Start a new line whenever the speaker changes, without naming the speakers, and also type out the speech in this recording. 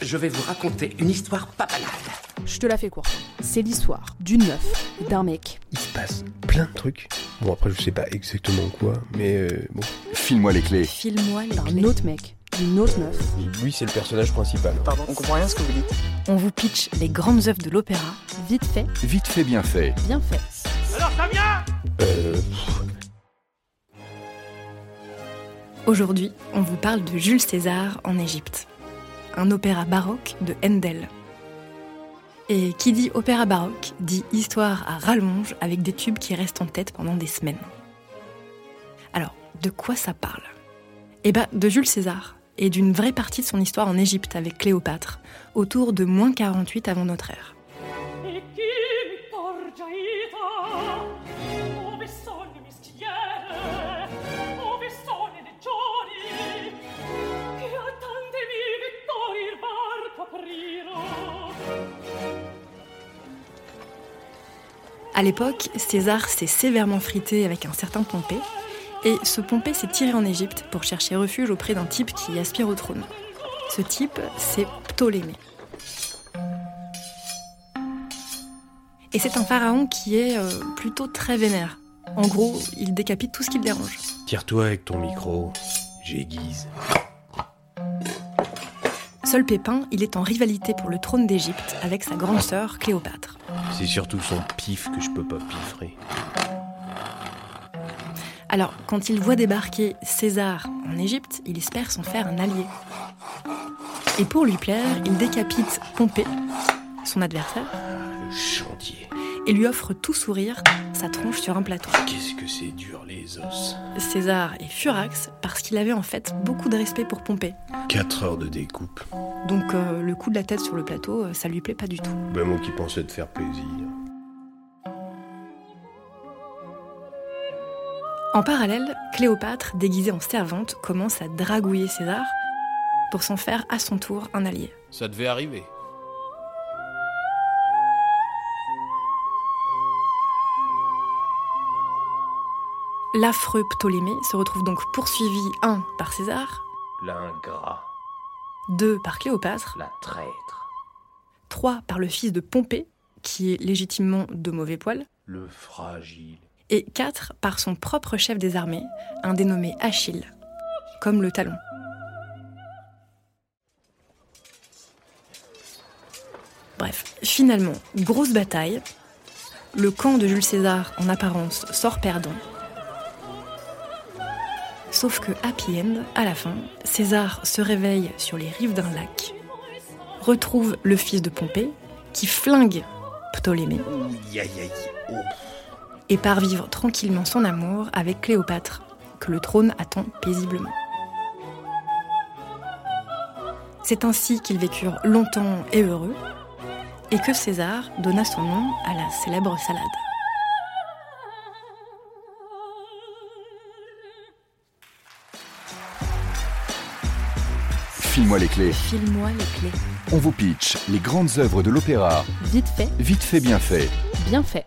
je vais vous raconter une histoire pas banale.
Je te la fais courte. C'est l'histoire d'une meuf, et d'un mec.
Il se passe plein de trucs. Bon, après, je sais pas exactement quoi, mais euh, bon.
File-moi les clés.
File-moi les
D'un
clés.
autre mec, d'une autre meuf.
Lui, c'est le personnage principal.
Pardon, on comprend rien à ce que vous dites.
On vous pitch les grandes œuvres de l'opéra.
Vite fait,
Vite fait, bien fait.
bien fait.
Euh,
Aujourd'hui, on vous parle de Jules César en Égypte. Un opéra baroque de Handel. Et qui dit opéra baroque dit histoire à rallonge avec des tubes qui restent en tête pendant des semaines. Alors, de quoi ça parle Eh ben, de Jules César et d'une vraie partie de son histoire en Égypte avec Cléopâtre, autour de moins 48 avant notre ère.
E chi mi porgia ita? Ove sono le mischiere? Ove sono le giori? Che a tante mi vittorie il barco apriro?
À l'époque, César s'est sévèrement frité avec un certain Pompée, et ce Pompée s'est tiré en Égypte pour chercher refuge auprès d'un type qui aspire au trône. Ce type, c'est Ptolémée. Et c'est un pharaon qui est euh, plutôt très vénère. En gros, il décapite tout ce qui le dérange.
Tire-toi avec ton micro. J'aiguise.
Seul Pépin, il est en rivalité pour le trône d'Égypte avec sa grande sœur Cléopâtre.
C'est surtout son pif que je peux pas piffrer.
Alors, quand il voit débarquer César en Égypte, il espère s'en faire un allié. Et pour lui plaire, il décapite Pompée, son adversaire,
Le chantier.
et lui offre tout sourire sa tronche sur un plateau.
Qu'est-ce que c'est dur, les os.
César est furax parce qu'il avait en fait beaucoup de respect pour Pompée.
4 heures de découpe.
Donc euh, le coup de la tête sur le plateau, euh, ça lui plaît pas du tout.
Ben, moi qui pensais te faire plaisir.
En parallèle, Cléopâtre, déguisée en servante, commence à dragouiller César pour s'en faire à son tour un allié.
Ça devait arriver.
L'affreux Ptolémée se retrouve donc poursuivi, un, par César,
L'ingrat,
deux, par Cléopâtre,
la traître,
trois, par le fils de Pompée, qui est légitimement de mauvais poil,
le fragile.
et quatre, par son propre chef des armées, un dénommé Achille, comme le talon. Bref, finalement, grosse bataille. Le camp de Jules César, en apparence, sort perdant. Sauf que Happy End, à la fin, César se réveille sur les rives d'un lac, retrouve le fils de Pompée, qui flingue Ptolémée,
Ouh, aïe, aïe, oh.
et part vivre tranquillement son amour avec Cléopâtre, que le trône attend paisiblement. C'est ainsi qu'ils vécurent longtemps et heureux, et que César donna son nom à la célèbre salade.
File-moi les clés.
File-moi les clés.
On vous pitch les grandes œuvres de l'opéra.
Vite fait,
Vite fait, bien fait.
bien fait.